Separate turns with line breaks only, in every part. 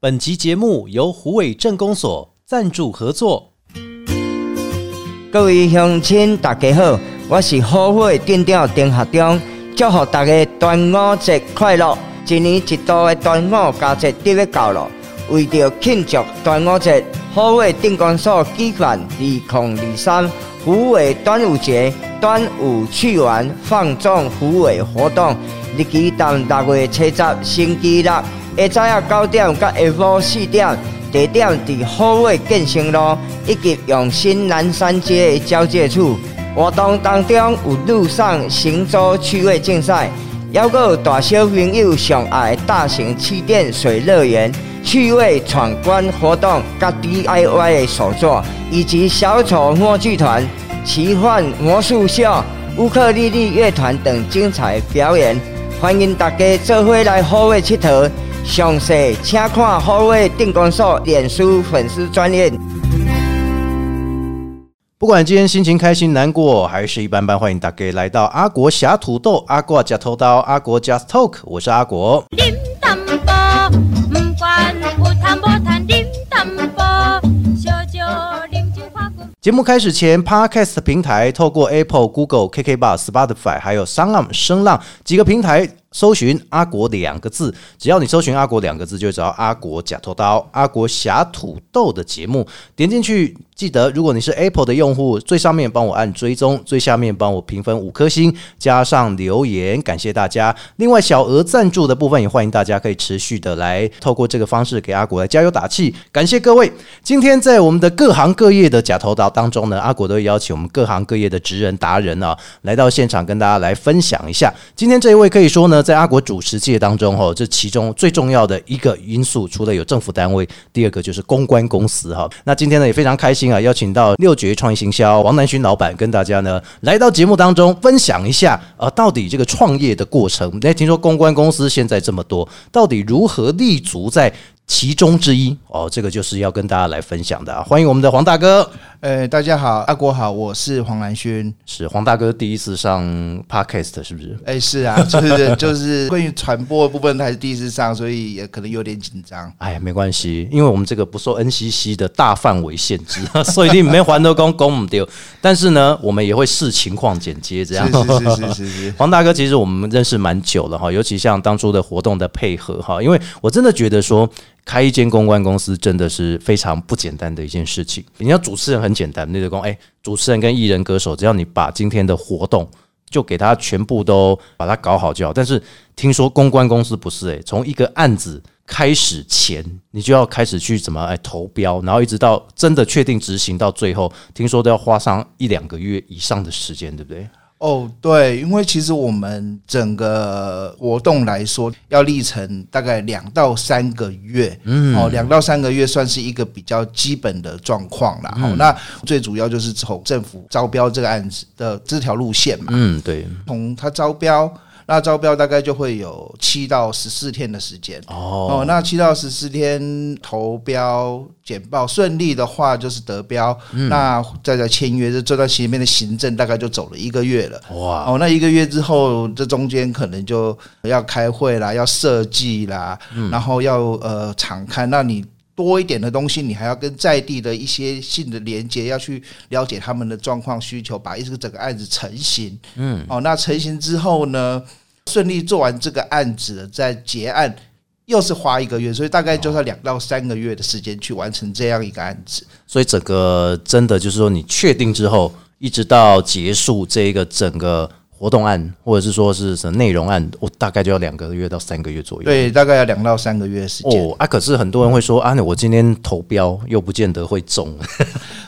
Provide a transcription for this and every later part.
本集节目由虎尾镇公所赞助合作。
各位乡亲，大家好，我是好会镇长丁学忠，祝福大家端午节快乐！一年一度的端午佳节就要到了，为着庆祝端午节，好会镇公所举办二零二三虎尾端午节端午趣玩放纵虎尾活动，日期从六月七十星期六下早啊九点到下晡四点。地点伫虎尾建成路以及永新南山街的交界处。活动当中有路上行舟趣味竞赛，还有大小朋友上爱的大型气垫水乐园、趣味闯关活动、甲 DIY 的手作，以及小丑默剧团、奇幻魔术秀、乌克丽丽乐团等精彩表演。欢迎大家做伙来虎尾佚佗。详细请看虎尾定光所脸书粉丝专页。
不管今天心情开心、难过还是一般般，欢迎大家来到阿国侠土豆、阿国加偷刀、阿国 Just Talk，我是阿国。
điểm tâm bò Ừm, quan u tham bò than điểm tâm bò cho cho điểm chữ khoa của
节目开始前，Podcast 平台透过 Apple、Google、KK Bar、Spotify 还有 s o u n d 声浪几个平台搜寻“阿国”两个字，只要你搜寻“阿国”两个字，就会找到阿国假头刀、阿国侠土豆的节目。点进去，记得如果你是 Apple 的用户，最上面帮我按追踪，最下面帮我评分五颗星，加上留言，感谢大家。另外，小额赞助的部分也欢迎大家可以持续的来透过这个方式给阿国来加油打气，感谢各位。今天在我们的各行各业的假头刀当中呢，阿国都会邀请我们各行各业的职人达人啊，来到现场跟大家来分享一下。今天这一位可以说呢，在阿国主持界当中哈、哦这其中最重要的一个因素，除了有政府单位，第二个就是公关公司哈、那今天呢也非常开心啊，邀请到六绝创意行销王南勋老板跟大家呢来到节目当中分享一下呃，到底这个创业的过程。那听说公关公司现在这么多，到底如何立足在？其中之一哦，这个就是要跟大家来分享的、啊。欢迎我们的黄大哥，
呃，大家好，阿国好，我是黄兰轩。
是黄大哥第一次上 podcast 是不是？
哎、是啊， 就是就是关于传播的部分，他是第一次上，所以也可能有点紧张。
哎呀，没关系，因为我们这个不受 NCC 的大范围限制， 所以你没还都公公不丢。但是呢，我们也会视情况剪接这
是
样。
是是是是 是，
黄大哥，其实我们认识蛮久了哈，尤其像当初的活动的配合哈，因为我真的觉得说开一间公关公司真的是非常不简单的一件事情。你要主持人很简单，那个工哎，主持人跟艺人歌手，只要你把今天的活动就给他全部都把它搞好就好。但是听说公关公司不是哎、从一个案子。开始前，你就要开始去怎么哎投标，然后一直到真的确定执行到最后，听说都要花上一两个月以上的时间，对不对？
哦，对，因为其实我们整个活动来说，要历程大概两到三个月，嗯，哦，两到三个月算是一个比较基本的状况啦。好、那最主要就是从政府招标这个案子的这条路线嘛，
嗯，对，
从他招标，那招标大概就会有七到十四天的时间。
哦，
哦，那七到十四天投标简报顺利的话，就是得标，那再来签约，这这段前面的行政大概就走了一个月了。
哇，
哦，那一个月之后，这中间可能就要开会啦，要设计啦，然后要呃敞开，那你。多一点的东西，你还要跟在地的一些性的连接，要去了解他们的状况需求，把一个整个案子成型。嗯，哦，那成型之后呢，顺利做完这个案子了，再结案，又是花一个月，所以大概就是要两到三个月的时间去完成这样一个案子。
所以整个真的就是说，你确定之后，一直到结束这一个整个活动案，或者是说是什么内容案，我大概就要两个月到三个月左右。
对，大概要两到三个月的时间。
哦啊，可是很多人会说啊，我今天投标又不见得会中，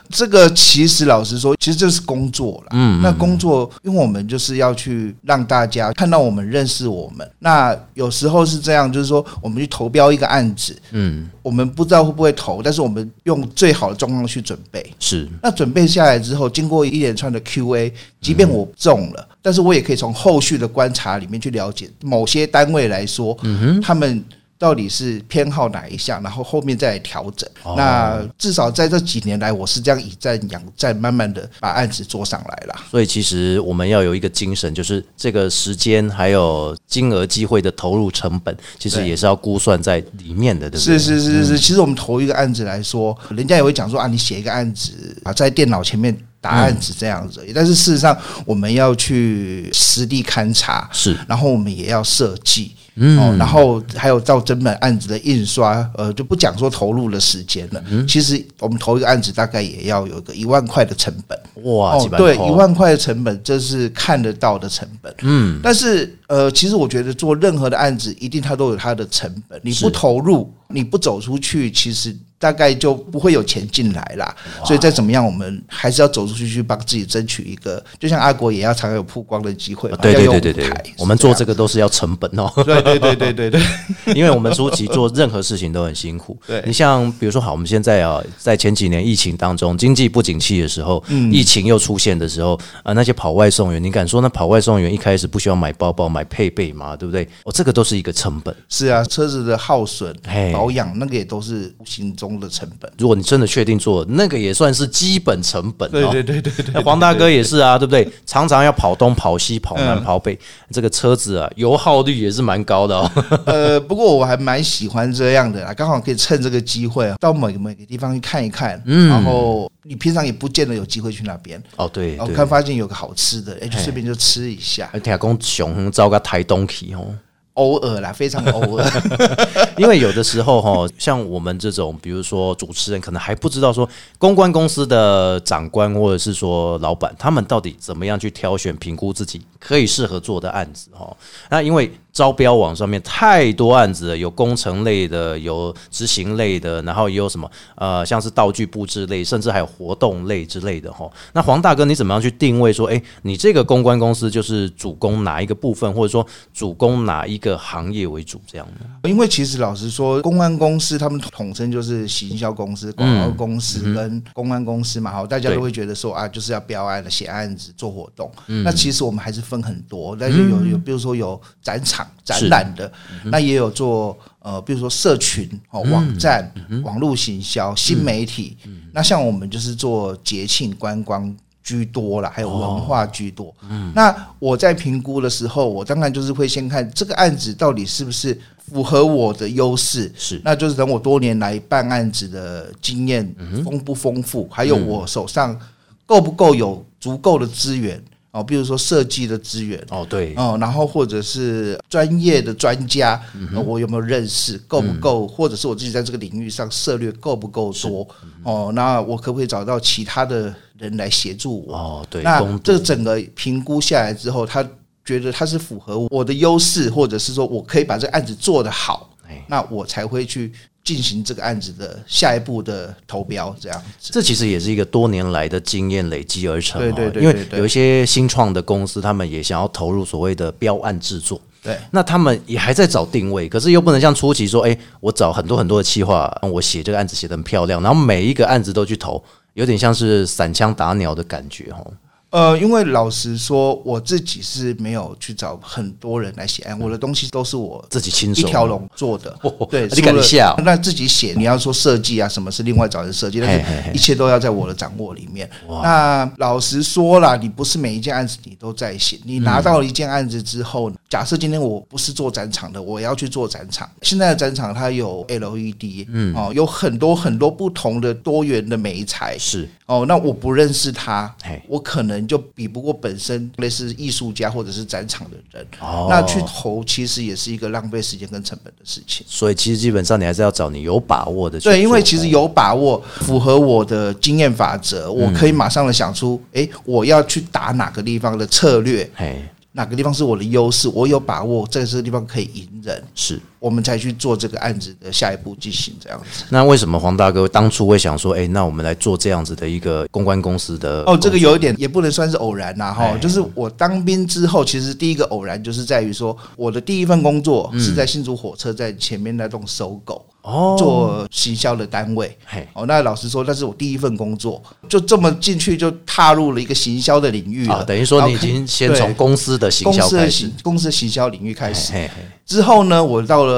这个其实老实说，其实就是工作啦。嗯，那工作，因为我们就是要去让大家看到我们、认识我们。那有时候是这样，就是说我们去投标一个案子，
嗯，
我们不知道会不会投，但是我们用最好的状况去准备。
是
那准备下来之后，经过一连串的 Q&A，即便我中了，但是我也可以从后续的观察里面去了解某些单位来说，他们到底是偏好哪一项，然后后面再来调整。那至少在这几年来，我是这样以战养战，慢慢的把案子做上来啦。
所以其实我们要有一个精神，就是这个时间还有金额机会的投入成本，其实
对
也是要估算在里面的，对不对？
是是是是，其实我们投一个案子来说，人家也会讲说啊，你写一个案子啊，在电脑前面打案子这样子而已。但是事实上，我们要去实地勘察，
是
然后我们也要设计，嗯、哦，然后还有到整本案子的印刷，呃，就不讲说投入的时间了。其实我们投一个案子大概也要有个一万块的成本。
哇，啊几
哦，
百
对，
块
一万块的成本，这是看得到的成本。嗯，但是呃，其实我觉得做任何的案子，一定它都有它的成本。你不
是
投入，你不走出去，其实大概就不会有钱进来啦。所以再怎么样，我们还是要走出去，去帮自己争取一个，就像阿国也要常有曝光的机会嘛，
啊对
要
对
有
对对
舞台
对，我们做这
个。
个都是要成本哦。
对对对对对对，
因为我们初期做任何事情都很辛苦。
对
你像比如说，好，我们现在啊，在前几年疫情当中，经济不景气的时候，
嗯
疫情又出现的时候，啊、那些跑外送员，你敢说那跑外送员一开始不需要买包包、买配备吗？对不对？哦，这个都是一个成本。
是啊，车子的耗 损
嘿、
保养，那个也都是无形中的成本。
如果你真的确定做，那个也算是基本成本、哦。
对对对对对
那黄大哥也是啊，对不对？常常要跑东跑西、跑
嗯
南跑北，这个车子啊，油耗率也是蛮高的哦。
呃，不过我还蛮喜欢这样的啦，刚好可以趁这个机会啊到某个某个地方去看一看，
嗯
然后你平常也不见得有机会去那边，
哦，对
然后
对。
看发现有个好吃的，哎、就顺便就吃一下，
而且讲熊糟个台东去哦。
偶尔啦，非常偶尔。
因为有的时候哈，像我们这种，比如说主持人，可能还不知道说公关公司的长官或者是说老板，他们到底怎么样去挑选、评估自己可以适合做的案子哈。那因为招标网上面太多案子了，有工程类的，有执行类的，然后也有什么呃，像是道具布置类，甚至还有活动类之类的哈。那黄大哥，你怎么样去定位说，哎，你这个公关公司就是主攻哪一个部分，或者说主攻哪一个行业为主这样呢？
因为其实老实说，公安公司他们统称就是行销公司、广告公司跟公安公司嘛，好，大
嗯
家
对嗯
都会觉得说啊，就是要标案、写案子、做活动。那其实我们还是分很多，那就有有，比如说有展场、展览的，那也有做呃，比如说社群、哦网站、网络行销、新媒体。那像我们就是做节庆观光。居多啦，还有文化居多。那我在评估的时候，我当然就是会先看这个案子到底是不是符合我的优势，
是
那就是等我多年来办案子的经验丰不丰富，还有我手上够不够有足够的资源哦，比如说设计的资源。
哦，对，
哦，然后或者是专业的专家，
嗯
呃我有没有认识够不够，或者是我自己在这个领域上涉略够不够多？哦，那我可不可以找到其他的人来协助我？
哦，对，
那
公
这整个评估下来之后，他觉得他是符合我的优势，或者是说我可以把这个案子做得好
哎，
那我才会去进行这个案子的下一步的投标，这样子。
这其实也是一个多年来的经验累积而成、哦。
对对对
因
对
为
对
有一些新创的公司，他们也想要投入所谓的标案制作。
对，
那他们也还在找定位，可是又不能像初期说，哎、我找很多很多的企划，我写这个案子写得很漂亮，然后每一个案子都去投，有点像是散枪打鸟的感觉哦。
呃，因为老实说，我自己是没有去找很多人来写案，我的东西都是我
自己亲
一
手
条龙做的
哦，
对，
你敢
除了
吓哦
那自己写，你要说设计啊，什么是另外找人设计，但
嘿嘿嘿
是一切都要在我的掌握里面。那老实说啦，你不是每一件案子你都在写，你拿到了一件案子之后，
嗯
假设今天我不是做展场的，我要去做展场。现在的展场它有 LED，嗯，哦，有很多很多不同的多元的美材，
是，
哦，那我不认识他
嘿，
我可能就比不过本身类似艺术家或者是展场的人。
哦
那去投其实也是一个浪费时间跟成本的事情。
所以其实基本上你还是要找你有把握的去做。
对，因为
嗯
其实有把握，符合我的经验法则，
嗯
我可以马上的想出，诶，我要去打哪个地方的策略，
嘿
哪个地方是我的优势，我有把握，在这个地方可以赢人，
是。
我们才去做这个案子的下一步进行这样子。
那为什么黄大哥当初会想说，哎、那我们来做这样子的一个公关公司的
哦，这个
工作
有一点也不能算是偶然啦，哈，
哎
就是我当兵之后，其实第一个偶然就是在于说，我的第一份工作
嗯
是在新竹火车站前面那栋搜狗
哦
做行销的单位。
嘿
哦，那老实说，那是我第一份工作，就这么进去就踏入了一个行销的领域
啊，
了。
等于说
然后
你已
开
经先从
对
公司的行
公
销
司
开
的
始
行，公司的行销领域开始，
嘿嘿，
之后呢，我到了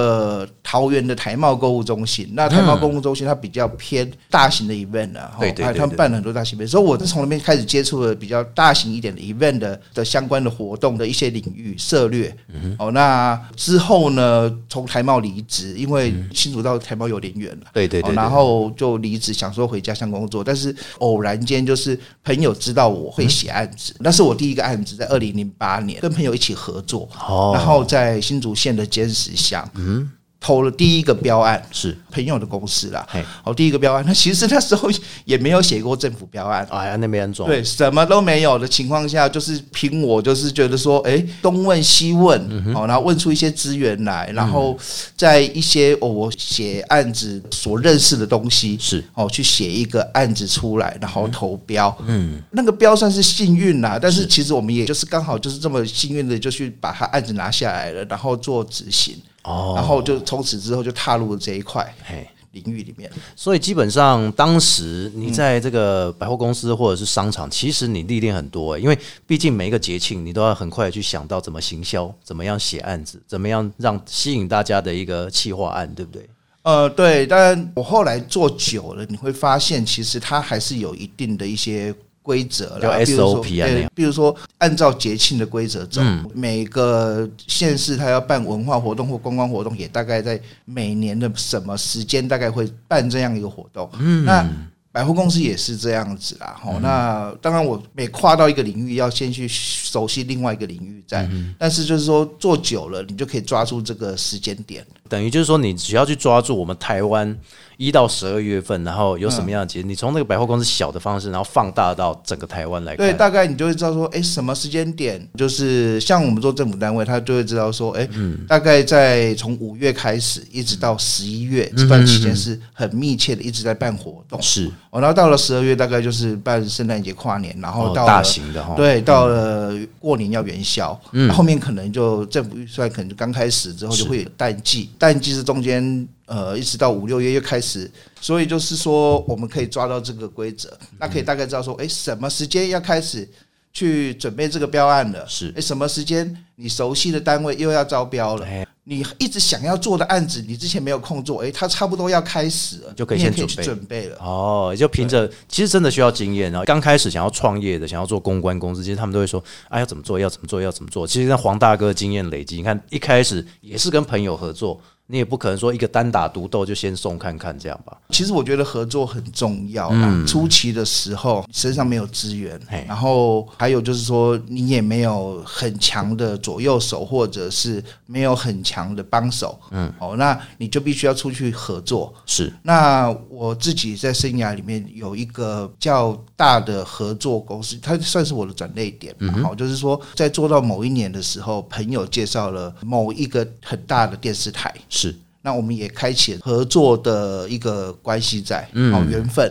桃园的台贸购物中心。
嗯
那台贸购物中心它比较偏大型的 event 啊，
对对
哦哎
对
他
对
们办了很多大型 event，所以我是从那边开始接触了比较大型一点的 event 的的相关的活动的一些领域策略。
嗯
哦，那之后呢，从台贸离职，因为新竹到台贸有点远了。
对对对
哦
对
然后就离职，想说回家乡工作，但是偶然间就是朋友知道我
嗯
会写案子，那是我第一个案子，在二零零八年跟朋友一起合作，
哦
然后在新竹县的尖石乡，嗯，投了第一个标案，
是
朋友的公司啦
嘿，
好，第一个标案，那其实那时候也没有写过政府标案，
哎呀，那边装
对，什么都没有的情况下，就是凭我就是觉得说，哎、东问西问，哦，然后问出一些资源来，然后在一些、哦、我写案子所认识的东西，
是
哦，去写一个案子出来，然后投标，嗯，那个标算是幸运啦，但是其实我们也就是刚好就是这么幸运的，就去把他案子拿下来了，然后做执行，
哦，
然后就从此之后就踏入了这一块
嘿，
领域里面。
所以基本上当时
嗯
你在这个百货公司或者是商场，其实你历练很多、欸，因为毕竟每一个节庆，你都要很快地去想到怎么行销，怎么样写案子，怎么样让吸引大家的一个企划案，对不对？
呃，对，但我后来做久了，你会发现其实它还是有一定的一些规则啦，
有
比如说
SOP 啊那
对
样嗯
比如说按照节庆的规则走，每个县市它要办文化活动或观光活动，也大概在每年的什么时间大概会办这样一个活动。嗯，那。百货公司也是这样子啦，
嗯
吼、那当然我每跨到一个领域，要先去熟悉另外一个领域在，
嗯
但是就是说做久了，你就可以抓住这个时间点，
等于就是说，你只要去抓住我们台湾一到十二月份，然后有什么样的节，你从那个百货公司小的方式，然后放大到整个台湾来看。
对，大概你就会知道说，哎，什么时间点，就是像我们做政府单位，他就会知道说，哎，
嗯
大概在从五月开始一直到十一月这段期间是很密切的，一直在办活动。
是
哦，然后到了十二月，大概就是办圣诞节、跨年，然后
哦嗯
到了
大型的哈
对，到了过年要元宵，那后面可能就政府预算可能就刚开始之后就会有淡
嗯
季，淡季是中间呃一直到五六月又开始，所以就是说我们可以抓到这个规则，那可以大概知道说，哎，什么时间要开始去准备这个标案了？
嗯是
哎，什么时间你熟悉的单位又要招标了
哎？
你一直想要做的案子，你之前没有空做，哎，它差不多要开始了，
就可以
你也
先
可以去
准备
准备了。
哦，也就凭着其实真的需要经验。然后刚开始想要创业的，想要做公关公司，其实他们都会说：“哎，要怎么做？要怎么做？要怎么做？”其实那黄大哥的经验累积，你看一开始也是跟朋友合作，你也不可能说一个单打独斗就先送看看这样吧？
其实我觉得合作很重要啦。初期的时候身上没有资源
嘿，
然后还有就是说你也没有很强的左右手，或者是没有很强的帮手。嗯，哦，那你就必须要出去合作。
是
那我自己在生涯里面有一个较大的合作公司，它算是我的转捩点
嗯
吧。好、就是说在做到某一年的时候，朋友介绍了某一个很大的电视台，
是，
那我们也开启了合作的一个关系在，
嗯
好缘分，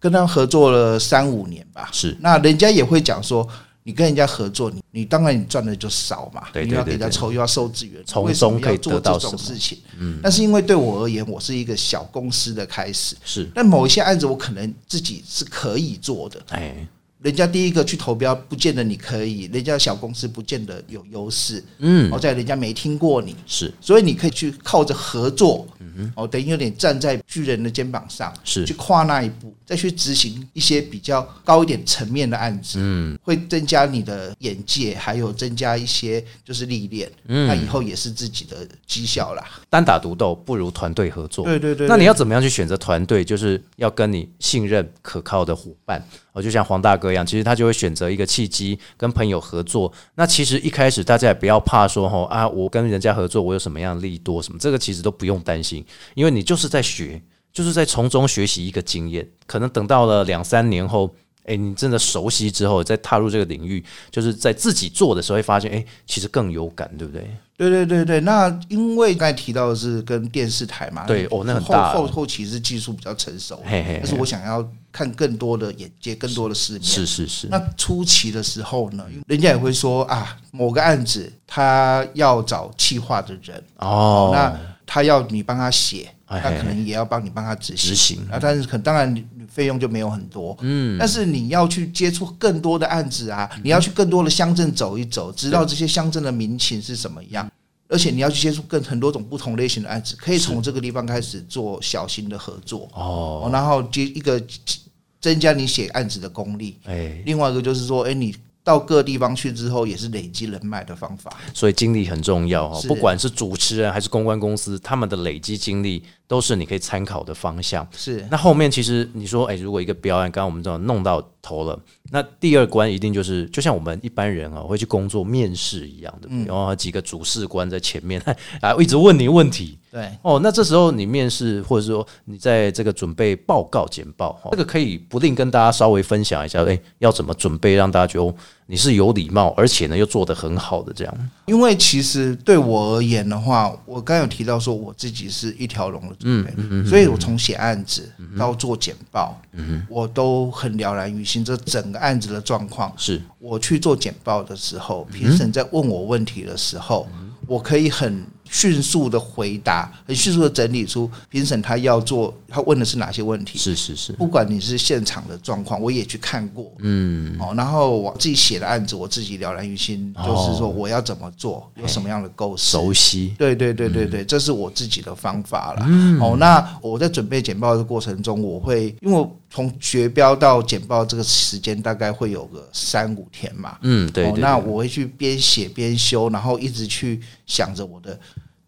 跟他们合作了三五年吧。
是
那人家也会讲说，你跟人家合作，你你当然你赚的就少嘛，
对
你要
对
给
对
人家
对
抽，又要收资源，
从
为什么
中可以
要做
得到
这
什
种
么嗯
事情。但是因为对我而言，我是一个小公司的开始，
是，
但某一些案子我可能自己是可以做的，
哎，
人家第一个去投标，不见得你可以，人家小公司不见得有优势，哦
嗯，
而在人家没听过你，
是
所以你可以去靠着合作，
嗯
哦，等于有点站在巨人的肩膀上，
是
去跨那一步，再去执行一些比较高一点层面的案子，嗯，会增加你的眼界，还有增加一些就是历练，嗯，那以后也是自己的绩效啦。
单打独斗不如团队合作。
对对对
那你
对
要怎么样去选择团队？就是要跟你信任、可靠的伙伴。哦，就像黄大哥一样，其实他就会选择一个契机跟朋友合作。那其实一开始大家也不要怕说吼啊，我跟人家合作，我有什么样的利多什么，这个其实都不用担心，因为你就是在学，就是在从中学习一个经验。可能等到了两三年后。哎，你真的熟悉之后，再踏入这个领域，就是在自己做的时候，会发现，哎，其实更有感，对不对？
对对对对，那因为刚才提到的是跟电视台嘛，
对哦那很大
后后后期是技术比较成熟的，
嘿嘿嘿
但是我想要看更多的眼界，更多的世面。
是是是，
那初期的时候呢，人家也会说啊，某个案子他要找企划的人，
哦，
那他要你帮他写，
哎
那
嘿嘿
可能也要帮你帮他执行。
执行
啊，但是可当然你费用就没有很多，嗯，但是你要去接触更
嗯
多的案子啊，你要去更多的乡镇走一走，知道这些乡镇的民情是什么样。而且你要去接触更很多种不同类型的案子，可以从这个地方开始做小型的合作哦，然后接一个增加你写案子的功力。
哎，
另外一个就是说，哎、你到各地方去之后，也是累积人脉的方法。
所以经历很重要哦，
是
不管是主持人还是公关公司，他们的累积经历都是你可以参考的方向。
是
那后面其实你说，哎、如果一个标案，刚刚我们这样弄到头了，那第二关一定就是，就像我们一般人啊、会去工作面试一样的，然后几个主事官在前面 啊，一直问你问题。
对，
哦，那这时候你面试，或者说你在这个准备报告简报，哦、这个可以不定跟大家稍微分享一下，哎、要怎么准备，让大家觉得哦你是有礼貌，而且呢又做得很好的这样。
因为其实对我而言的话，我刚有提到说我自己是一条龙的准备，所以我从写案子到做简报，我都很了然于心。这整个案子的状况，
是
我去做简报的时候，评审在问我问题的时候，我可以很迅速的回答，很迅速的整理出评审他要做，他问的是哪些问题。
是是是，
不管你是现场的状况，我也去看过，嗯，哦，然后我自己写的案子，我自己了然于心，
哦
就是说我要怎么做，有什么样的构思，
熟悉嗯
对对对对对，这是我自己的方法啦。哦，那我在准备简报的过程中，我会因为我从学标到简报这个时间大概会有个三五天嘛。
嗯，对对
哦，
对
那我会去边写边修，然后一直去想着我的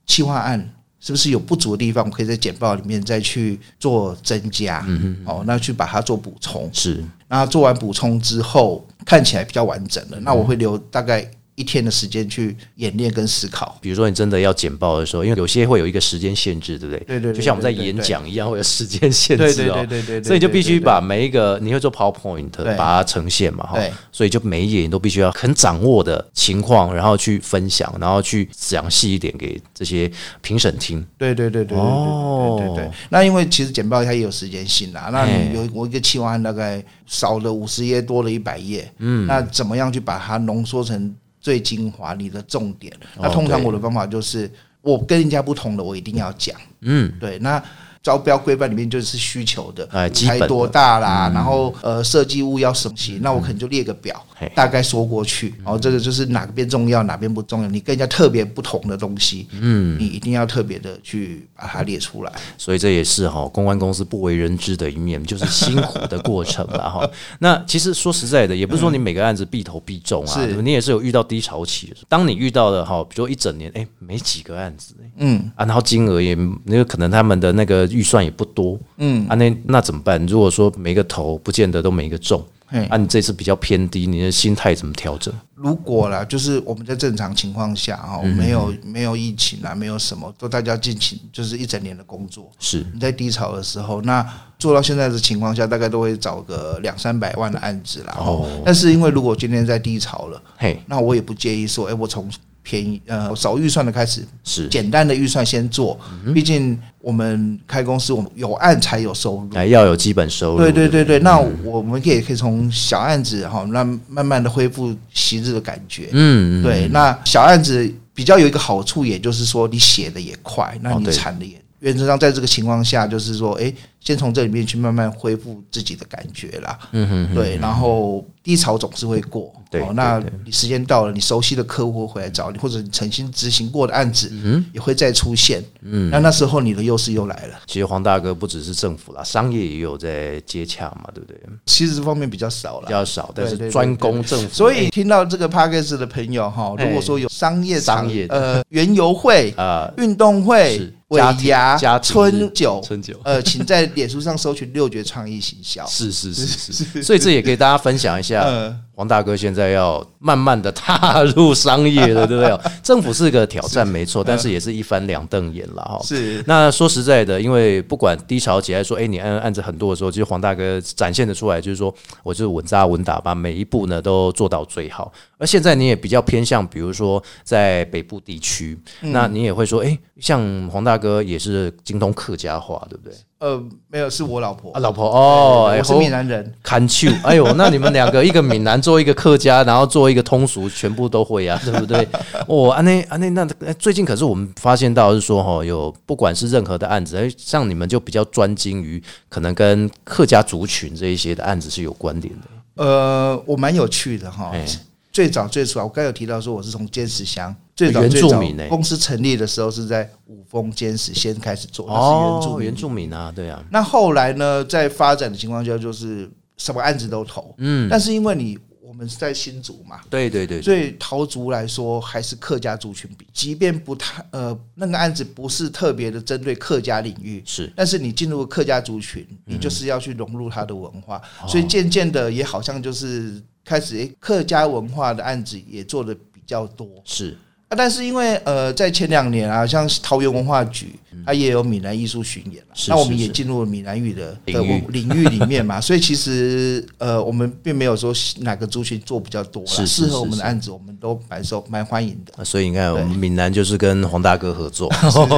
企划案是不是有不足的地方，我可以在简报里面再去做增加。嗯哦，那去把它做补充。
是
那做完补充之后，看起来比较完整
嗯
了，那我会留大概一天的时间去演练跟思考。
比如说你真的要简报的时候，因为有些会有一个时间限制，对不对？
对对对
就像我们在
对对
演
对
讲一样，会有时间限制哦。
对对对对对对
所以你就必须
对对对
把每一个你会做 PowerPoint，
对
把它呈现嘛，哈
对。
所以就每一页你都必须要很掌握的情况，然后去分享，然后去讲细一点给这些评审听。
对对对对对对对对
哦
对。那因为其实简报它也有时间性啦，那
嘿
你有我一个企划案大概少了五十页，多了一百页，嗯，那怎么样去把它浓缩成最精华你的重点？那通常
哦对
我的方法就是，我跟人家不同的，我一定要讲。
嗯，
对，那招标规范里面就是需求的，
哎
舞
基本
台
的嗯
多大啦，然后呃设计物要什么型，那我可能就列个表
嘿，
大概说过去，然后这个就是哪边重要，哪边不重要，你跟人家特别不同的东西，嗯，你一定要特别的去把它列出来。
所以这也是哈、公关公司不为人知的一面，就是辛苦的过程 了哈。那其实说实在的，也不是说你每个案子必投必中啊，
是
对不对你也是有遇到低潮期的。当你遇到了哈，比如说一整年，哎、没几个案子、哎
嗯
啊，然后金额也那个可能他们的那个预算也不多，嗯啊，那那怎么办？如果说每个投不见得都每一个中
嘿，
啊，你这次比较偏低，你的心态怎么调整？
如果啦，就是我们在正常情况下哈，
嗯
没有没有疫情啊，没有什么，都大家尽情就是一整年的工作，
是
你在低潮的时候，那做到现在的情况下，大概都会找个两三百万的案子啦。
哦
哦，但是因为如果今天在低潮了，
嘿
那我也不介意说，哎、我从便宜呃少预算的开始，
是，
简单的预算先做，毕竟我们开公司，我们有案才有收入。
哎，要有基本收入，
对对
不
对对，那我们也可以从小案子哈，那慢慢的恢复昔日的感觉。
嗯，嗯
对，那小案子比较有一个好处，也就是说你写的也快，那
哦
你
对
产的也。原则上，在这个情况下，就是说，哎、先从这里面去慢慢恢复自己的感觉啦。嗯哼对，然后低潮总是会过。
对对
那
对
你时间到了，你熟悉的客户会回来找你，或者你曾经执行过的案
嗯
子，也会再出现。嗯，那那时候你的优势又来了。
其实黄大哥不只是政府啦，商业也有在接洽嘛，对不对？
其实这方面比较少
比
了。
较少，但
对
是
对
专攻政府，
所以听到这个 p a c k a g e 的朋友哈，如果说有商业场
哎商业的
呃园游会
啊，
运动会
是、
尾
家庭
牙
家、庭日
春酒、
春酒
呃，请在脸书上搜寻“六绝创意行 销
是是是 是，所以这也给大家分享一下
嗯，
黄大哥现在要慢慢的踏入商业了，对不对？ 政府是个挑战，没错，但
嗯
是也是一翻两瞪眼了哈”，。
是
那说实在的，因为不管低潮期还是说，哎、你案案子很多的时候，其实黄大哥展现的出来，就是说我就是稳扎稳打，把每一步呢都做到最好。而现在你也比较偏向，比如说在北部地区，那你也会说，哎、像黄大哥也是精通客家话，对不对？
呃，没有，是我老婆
啊，，老婆哦，
我是
哎
闽南人，
看秋，哎呦，那你们两个一个闽南做一个客家，然后做一个通俗，全部都会啊，对不对？ 哦，安内安内，那那最近可是我们发现到是说哈，有不管是任何的案子，哎，像你们就比较专精于可能跟客家族群这一些的案子是有关联的。
呃，我蛮有趣的哈
哎。
最早最初啊，我刚有提到说我是从尖石乡最早
原
最
住
早
民欸
公司成立的时候是在五峰坚实先开始做，那
哦，
是原住民
原住民啊，对啊，
那后来呢，在发展的情况下，就是什么案子都投，
嗯，
但是因为你我们是在新竹嘛，
对对对，
所以桃族来说还是客家族群比，即便不太呃那个案子不是特别的针对客家领域，
是
但是你进入客家族群，
嗯
你就是要去融入他的文化，
哦
所以渐渐的也好像就是开始诶客家文化的案子也做的比较多。
是
啊，但是因为呃，在前两年啊，像桃园文化局，它也有闽南艺术巡演了，
嗯
啊
是
那我
是
们也
是
进入了闽南语的
领
的文
域
领域里面嘛，所以其实呃，我们并没有说哪个族群做比较多
是
啦，
是
适合我
是
们的
是
案子，我们都蛮受蛮欢迎的。
啊所以你看，我
对
们闽南就是跟黄大哥合作，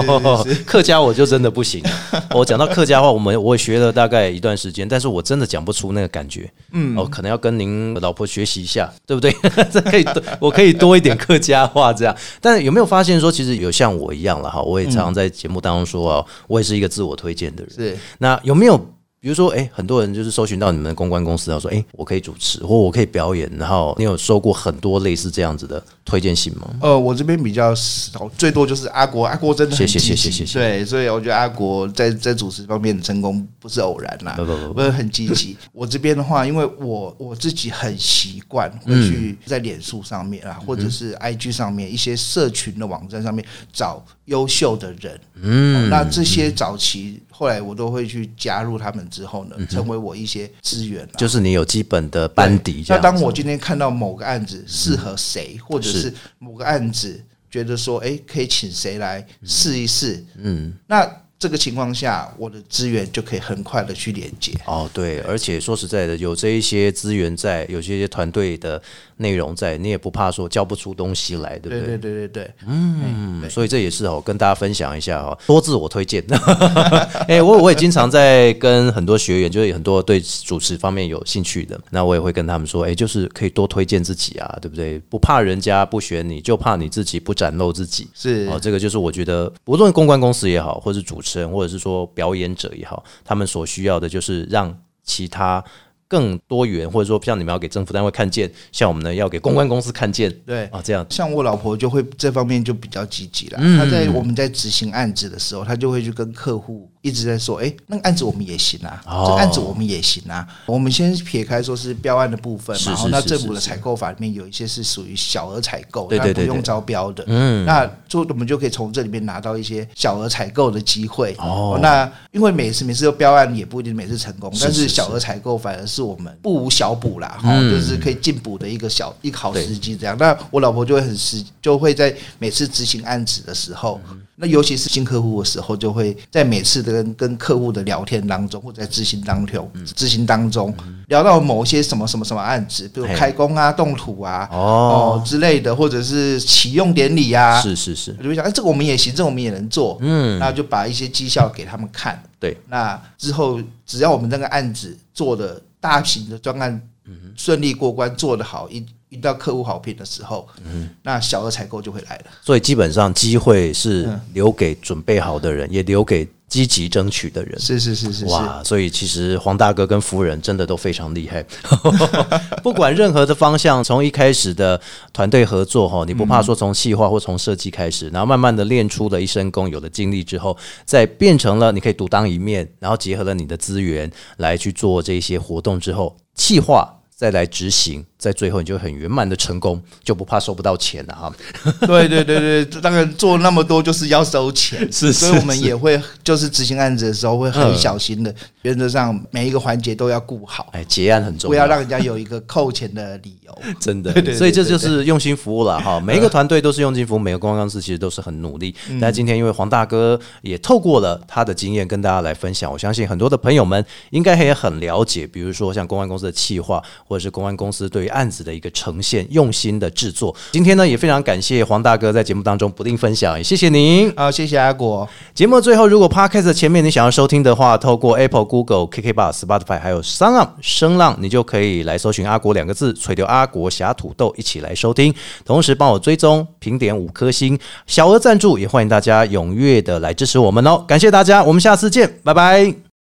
是
客家我就真的不行。我讲到客家话，我们我也学了大概一段时间，但是我真的讲不出那个感觉。嗯，哦，可能要跟您老婆学习一下，对不对？ 这可以多，我可以多一点客家话这样。但有没有发现说，其实有像我一样了哈？我也
嗯
常常在节目当中说啊，我也是一个自我推荐的人。
是，
那有没有比如说，哎、很多人就是搜寻到你们的公关公司，然后说，哎、我可以主持或我可以表演，然后你有收过很多类似这样子的推荐信吗？
呃，我这边比较少，最多就是阿国，阿国真的很
谢谢
积极
谢谢谢谢
对，所以我觉得阿国在在主持方面的成功不是偶然啦，
不不不不
不是很积 极。我这边的话，因为我我自己很习惯
嗯
会去在脸书上面啊，或者是 IG 上面一些社群的网站上面找优秀的人，嗯、那这些早期后来我都会去加入他们之后
嗯
呢，成为我一些资源啊啦。
就是你有基本的班底这
那
样子。
当我今天看到某个案子适合谁，或者是某个案子觉得说，诶，可以请谁来试一试，嗯，那这个情况下，我的资源就可以很快的去连接。
哦，对，而且说实在的，有这一些资源在，有这些团队的内容在，你也不怕说教不出东西来，对不
对
对？
对对对对，
嗯，所以这也是哦，跟大家分享一下哦，多自我推 荐。哎、我我也经常在跟很多学员，就是很多对主持方面有兴趣的，那我也会跟他们说，哎、就是可以多推荐自己啊，对不对？不怕人家不选你，就怕你自己不展露自己。
是
哦，这个就是我觉得，不论公关公司也好，或是主持人，或者是说表演者也好，他们所需要的就是让其他更多元，或者说像你们要给政府单位看见，像我们呢要给公关公司看见
对
啊，这样嗯
像我老婆就会这方面就比较积极了。她在我们在执行案子的时候，她就会去跟客户一直在说：“哎、那个案子我们也行啊，
哦
这个案子我们也行啊。”我们先撇开说是标案的部分嘛，
是
然后
是
那
是
政
是
府的
是
采购法里面有一些是属于小额采购，
对
那
对对
不
对
用招标的。嗯，那就我们就可以从这里面拿到一些小额采购的机会。
哦
那因为每次每次都标案也不一定每次成功，
是
但
是是
是小额采购反而是我们不无小补啦，
嗯
哈、就是可以进补的一个小一个好时机这样。那我老婆就会很实，就会在每次执行案子的时候，
嗯
那尤其是新客户的时候，就会在每次的跟跟客户的聊天当中，或者在执行当中，
嗯
执行当中聊到某些什么什么什么案子，比如
嘿
开工啊、动土啊、
哦
之类的，或者是启用典礼啊，
是是是，
我就会想，哎，这个我们也行，这个我们也能做，嗯，那就把一些绩效给他们看，
对，
那之后只要我们那个案子做的大型的专案顺利过关，做得好，一一到客户好评的时候，那小额采购就会来了，
所以基本上机会是留给准备好的人，也留给积极争取的人。
是是是是是，
哇，所以其实黄大哥跟夫人真的都非常厉害， 不管任何的方向，从一开始的团队合作哈，你不怕说从企划或从设计开始，然后慢慢的练出了一身功，有了经历之后，再变成了你可以独当一面，然后结合了你的资源来去做这些活动之后，企划。再来执行，在最后你就很圆满的成功，就不怕收不到钱了哈。
对对对对，这当然做那么多就是要收钱，
是
所
是
以我们也会就是嗯执行案子的时候会很小心的，原则上每一个环节都要顾好，
哎，结案很重
不要
要，
让人家有一个扣钱的理由。
真的，
对对对
所以这就是用心服务了 哈。每一个团队都是用心服务，每个公关公司其实都是很努力。
嗯
但今天因为黄大哥也透过了他的经验跟大家来分享，我相信很多的朋友们应该也很了解，比如说像公关公司的企划，或者是公关公司对于案子的一个呈现用心的制作。今天呢，也非常感谢黄大哥在节目当中不定分享，也谢谢您。
好，谢谢阿果。
节目最后，如果 Podcast 的前面你想要收听的话，透过 Apple、Google、KK Bar、Spotify 还有商浪声浪，你就可以来搜寻“阿国”两个字，垂钓阿国侠土豆，一起来收听。同时帮我追踪、评点五颗星，小额赞助也欢迎大家踊跃的来支持我们哦！感谢大家，我们下次见，拜拜。